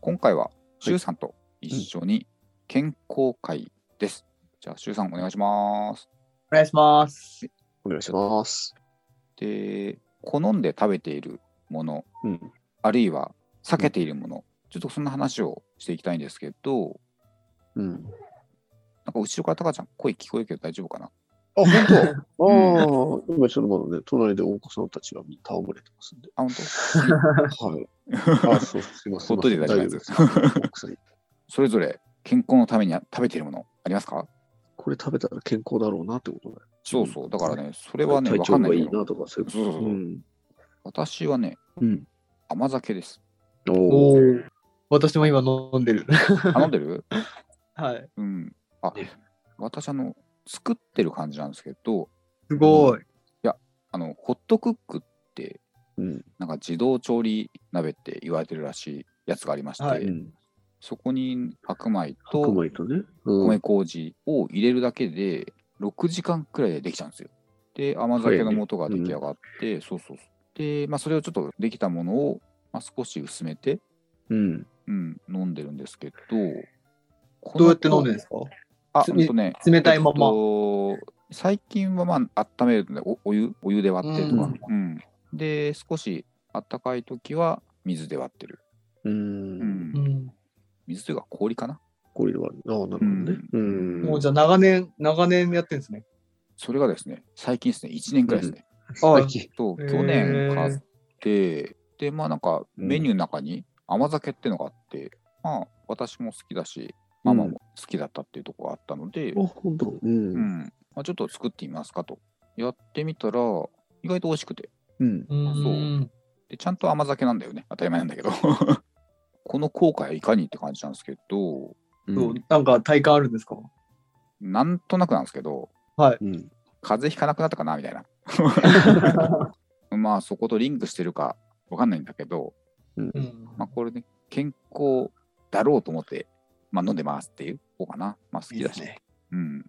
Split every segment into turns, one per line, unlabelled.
今回は、しゅうさんと一緒に健康会です。じゃあ、しゅうさん、お願いします。
お願いします。
お願いします。
で、好んで食べているもの、
うん。
あるいは避けているもの、ちょっとそんな話をしていきたいんですけど、
うん。
なんか後ろからたかちゃん、声聞こえるけど大丈夫かな
あ、本当ああ、今ちょっとまだね、隣で大子さんたちが倒れてますんで。
あ、 本
はい。あ、そう、すいません。
ほっといて大丈夫です
すいません。大丈夫ですお薬
当それぞれ健康のために食べているもの、ありますか
これ食べたら健康だろうなってことだよ。
そうそう、だからね、それはね、
体
わか
調
んな
が
い
い
け
い
ど
なとか、そういうこ
そうそうそ
と。
う、
うん。
私はね、
うん。
甘酒です。
おお。
ー私も今飲んでる。
あ、飲んで る
はい。
うん。あ
ね、
私、あの、作ってる感じなんですけど、
すごい。
あの、ホットクックって、
うん。
なんか自動調理鍋って言われてるらしいやつがありまして、
は
う
い
ん。
そこに白米
白
と
米とね。うん。
米麹を入れるだけで、6時間くらいでできちゃうんですよ。で、甘酒の素が出来上がって、そうそうそう。で、まあ、それをちょっとできたものを、まあ、少し薄めて、
うん。
うん、飲んでるんですけど、
どうやって飲んでるんですか
あ、
つ
ほんとね、
冷たいまま。
えっと最近はまあ温めるのでおお湯お湯で割ってとか、うんで少し温かい時は水で割ってる、
う。
うん、
うんん
水というか氷かな
氷で割る。ああ、なるほどね。うん。
もうじゃあ長年、長年やってるんですね。
それがですね最近ですね1年くらいですね、
最近。
と
へー
去年買ってでまあなんかメニューの中に甘酒っていうのがあって、まあ私も好きだしママも好きだったっていうところがあったので、
あ、本当。う。
うんんまあ、ちょっと作ってみますかとやってみたら意外と美味しくて
うん。
うん
で、ちゃんと甘酒なんだよね。当たり前なんだけど。 この効果はいかにって感じなんですけど、
う。
どうんなんか体感あるんですか
なんとなくなんですけど、
はい。
うん。
風邪ひかなくなったかなみたいな。まあ、そことリンクしてるかわかんないんだけど、
うん
まあ、これね、健康だろうと思って、まあ、飲んでますっていう方かな。まあ、好きだし。
ね。
うん。だ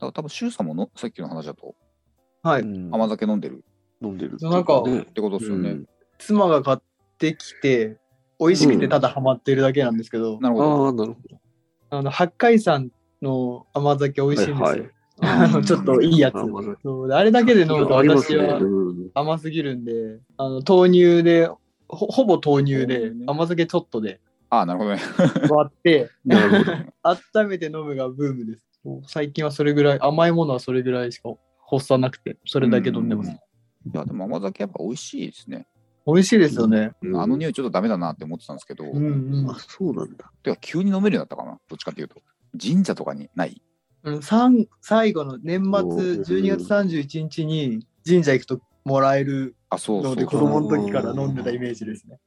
から多分、シュウさんものさっきの話だと、
はい。
甘酒飲んでる
飲んでる。
なんか
ね
ってことですよね。
うん
妻が買ってきて、美味しくてただハマってるだけなんですけど、
なるほど。
ああ、なるほど。
あの、八海山の甘酒美味しいんです
はい
よ。
はい
あのちょっといいやつ
うん甘酒。
そうであれだけで飲むと
あります
私
ね
は
うん
甘すぎるんで、あの豆乳で、ほほぼ豆乳
豆
で
乳ね、
甘酒ちょっとで
ああ、なるほどね。
割って、
なるほど。
温めて飲むがブームです。最近はそれぐらい、甘いものはそれぐらいしか発作なくて、それだけ飲んでます。
ういや、でも甘酒やっぱ美味しいですね。
美味しいですよね。
うん
あの匂いちょっとダメだなって思ってたんですけど、
うんうん
あ、そうなんだ。
てか急に飲めるようになったかな、どっちかっていうと。神社とかにない
うん。さん最後の年
お
末、
ー
12月31日に神社行くともらえる
あ、そうそ
の
う
で、
そう
子供の時から飲んでたイメージですね。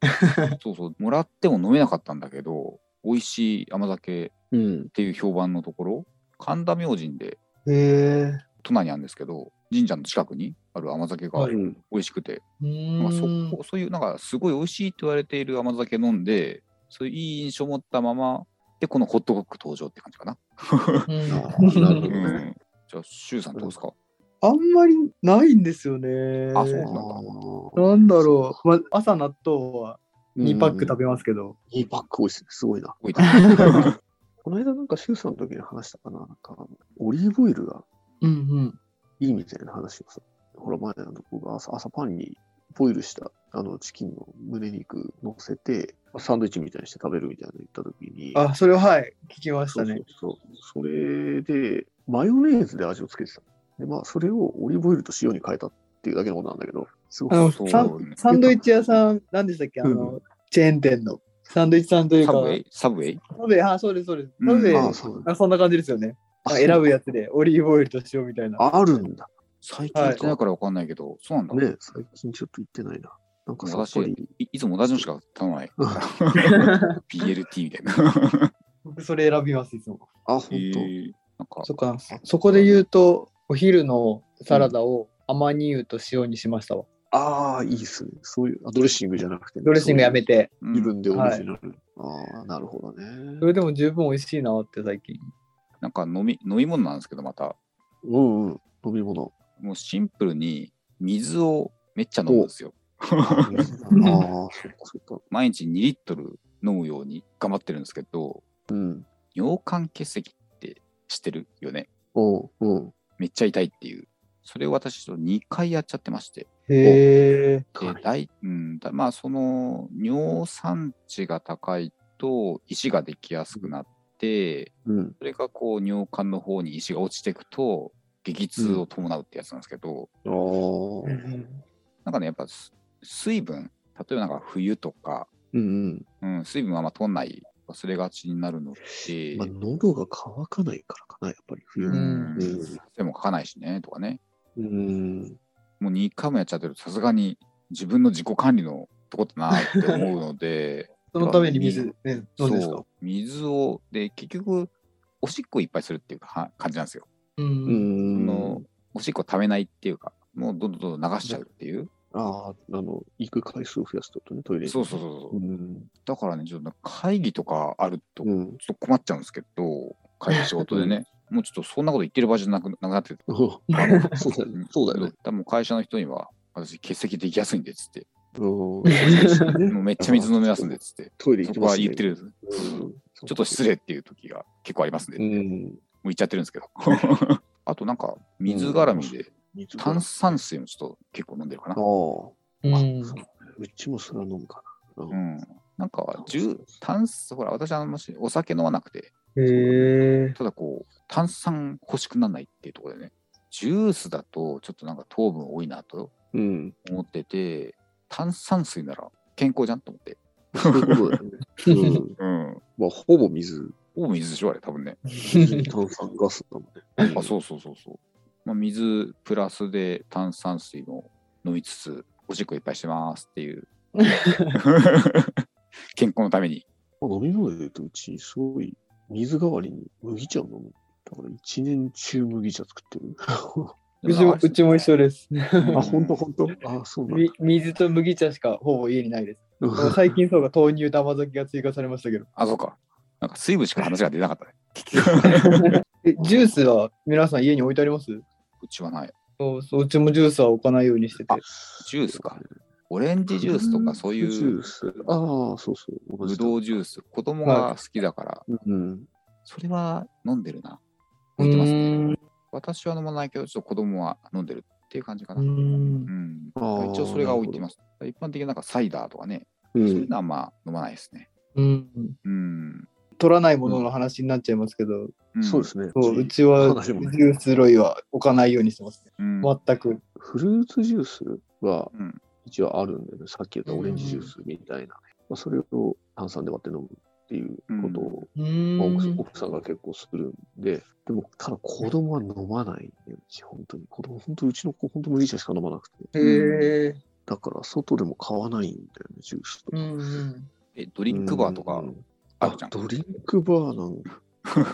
そうそう。もらっても飲めなかったんだけど、美味しい甘酒っ
うん。
ていう評判のところ、神田明神で、
へ
都内にあるんですけど、神社の近くにある甘酒が
は
美
うん
味しくて、
え。ー。
なんかそこそういう、なんかすごい美味しいって言われている甘酒飲んで、そういういい印象を持ったまま、で、このホットドッグ登場って感じかな。
うん
あーなるほ
う
どね
ん。じゃあ、周さんどうですか、
あんまりないんですよね。
あそう
あ
なんだろう、まあ、朝納豆は
ー
2パック食べますけど、
うん2パック美味しいですごいな。
多いな
この間なんか、シュウさんの時に話したかな。なんか、オリーブオイルが
うんうん、
いいみたいな話をさ。ほら、前あの僕が朝朝パンにボイルしたあのチキンの胸肉乗せて、サンドイッチみたいにして食べるみたいなの言った時に、
あそれははい、聞きまし
そう
た
そう
ね。
そう。それで、マヨネーズで味をつけてた。で、まあ、それをオリーブオイルと塩に変えたっていうだけのことなんだけど、すご
あの
く。
そう
サンサンドイッチ屋さん、何でしたっけ、あの、チェーン店の。サンドイッチさんという
サ
か、
ブウェイサブウェイ
サブウェイ、あそうです、そうです。
う
サ
ん
ブウェイ、
あそう
あそんな感じですよね。あ選ぶやつで、オリーブオイルと塩みたいな。
あるんだ。
最近やってないからわかんないけど、そうなんだ。
ね、最近ちょっと行ってないな。なんかさっぱり。
いいつも同じのしか頼 まない。BLT みたいな。
僕、 それ選びます、いつも。
あ、
え
本当。
ーなんか
そっか、そこで言うと、お昼のサラダを甘煮油と塩にしましたわ。
ああ、いいっすね。そういう、あドレッシングじゃなくてね、
ドレッシングやめて。
う
そ
ん
ういう。自分でオリジナル。ああ、なるほど
そ
ね。
れでも十分美味しいなって、最近。
なんか飲み飲み物なんですけど、また、
うんうん。飲み 物。
もうシンプルに水をめっちゃ飲むんですよ。
ああ、そっかそっか。
毎日2リットル飲むように頑張ってるんですけど、
うん。
尿管結石って知ってるよね。
おう、うん。
めっちゃ痛いっていう。それを私ちょっと2回やっちゃってまして。
へえ。
で大うん、だまあその尿酸値が高いと石ができやすくなって、
うん。
それがこう尿管の方に石が落ちていくと激痛を伴うってやつなんですけど、
ああ。
なんかねやっぱす水分例えばなんか冬とか、
うん
うん、水分はあんま取んない忘れがちになるので、
うん。まあ、喉が乾かないからかな、やっぱり冬
う
は。
ん
うん
汗もかかないしねとかね
うん。
もう2回もやっちゃってるとさすがに自分の自己管理のとこだなって思うので。
そのために水、ね、飲んです
そ
か
う水をで結局おしっこいっぱいするっていうかは感じなんですよ、
う。
うん
あ
ん。
のおしっこ溜めないっていうかもうどんどんどんどん流しちゃうっていう、
ああ、あの、行く回数を増やすってことね、トイレに。
そうそうそうそう
うん。
だからねちょっと会議とかあるとちょ
うん。
っと困っちゃうんですけど会議仕事でね、もうちょっとそんなこと言ってる場合じゃなくなくなってて
そうだよね。そうだよね。
多分会社の人には私欠席できやすいんでっつって
うん
もうめっちゃ水飲みやすんでっつって
トイレ行
そ
き
こ
ま
は
すね
言ってる、
うん
ちょっと失礼っていう時が結構ありますね、
う
も
ん。
う言っちゃってるんです けどあとなんか水絡みで、
水が
炭酸水もちょっと結構飲んでるかな
あ。あ。
うん。
うちもそれは飲むかな。う
うんん。なんか、重炭酸、ほら、私はもしお酒飲まなくて、
へえ。
ただこう、炭酸欲しくならないっていうところでね、ジュースだとちょっとなんか糖分多いなと
うん。
思ってて、炭酸水なら健康じゃんと思って。
そういうことだよね。 う
う
ん。
ん。
まあ、ほぼ水、
お水でしょ、あれ、多分ね。
炭酸ガスだもんね。
あ、そうそうそうそう。まあ、水プラスで炭酸水も飲みつつ、おしっこいっぱいしてますって いう。健康のために。
まあ、飲み物で言うと、うち、すごい、水代わりに麦茶を飲む。だから、一年中麦茶作ってる。
うちも、うちも一緒です。
うん
あ、ほんとほんと。あ、そうなん
み水と麦茶しかほぼ家にない です。
だ。
最近そうか豆乳と甘酒が追加されましたけど。
あ、そうか。なんか水分しか話が出なかったね。
えジュースは皆さん家に置いてあります
うちはない。
そうそううちもジュースは置かないようにしてて
あ。ジュースか。オレンジジュースとかそうい
ジュ
う
ース。ああ、そうそう。
ぶど
う。
うジュース、子供が好きだから、
うん。
それは飲んでるな。
う
置いてますね。
ーん
私は飲まないけど、ちょっと子供は飲んでるっていう感じか
う
な。うん。
ん
あー
一応それが置いてます。一般的ななんかサイダーとかね、
う
そういうんの。はあんま飲まないですね。
うん
うん。
取らないものの話になっちゃいますけど、
ん
そうで。すね。
そううちは
話
ジ
もね
ュース類は置かないようにしてますね。
うん。
全く。
フルーツジュースは
うん
一応あるんで、ねさっき言ったオレンジジュースみたいな、まあ、それを炭酸で割って飲むっていうことを、
う
まあ
ーん
奥奥さんが結構するんで、でもただ子供は飲まないね、うち本当に。子供、本当うちの子、本当麦茶しか飲まなくて。
へえ。
だから外でも買わないんだよね、ジュースと
う
か。
んうん
え、ドリンクバーとか
うん
あるじゃん。
ドリンクバーなんか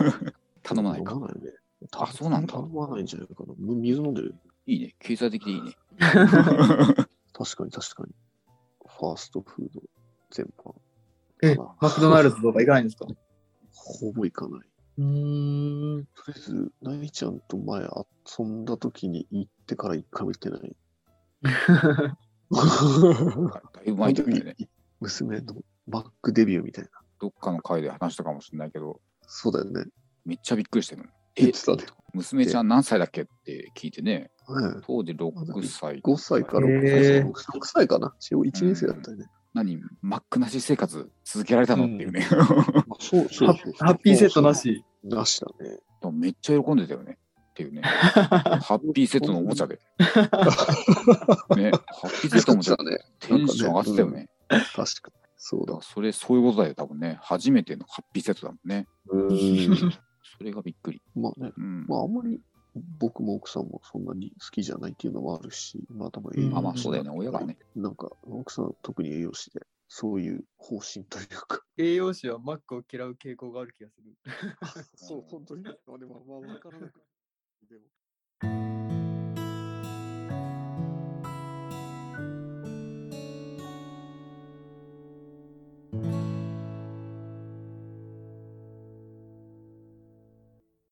頼まないか
飲。まないね。
あそうなんだ
頼まないんじゃないかな。む水飲んでる。
いいね。経済的でいいね。
確かに確かに。ファーストフード全般。
え
まあ
マクドナルドとか行かないんですか
ほぼ行かない。
うー ん。
とりあえず、ナイちゃんと前遊んだ時に行ってから一回も行ってない。
だいぶ前に言ったよね。
娘のバックデビューみたいな。
どっかの会で話したかもしれないけど、
そうだよね。
めっちゃびっくりしてるの。
言ってたね。
娘ちゃん何歳だっけって聞いてね、
うん
当時6歳。
5歳か
へ
6
ー
歳。6歳かな一応1年生だったよね。
何、マックなし生活続けられたのっていうね。
まあそうそう
ハ
そう
ハッピーセットな。
そう
し。
そうなしだね。
めっちゃ喜んでたよね。っていうね。ハッピーセットのおもちゃで。ね、ハッピーセットのおもち ゃ
だね。
テンション上がってたよね。
確かに。そう
だか
だ。
らそれ、そういうことだよ、多分ね。初めてのハッピーセットだもんね。
うん。
それがびっくり。
まあね。
うん。
まああんまり僕も奥さんもそんなに好きじゃないっていうのもあるし、まあ多分栄養
うん
あ、まあそうだよね、親がね。
なんか奥さんは特に栄養士で、そういう方針というか。
栄養士はマックを嫌う傾向がある気がする。
そう、本当に。まあでも、まあわからなく。でも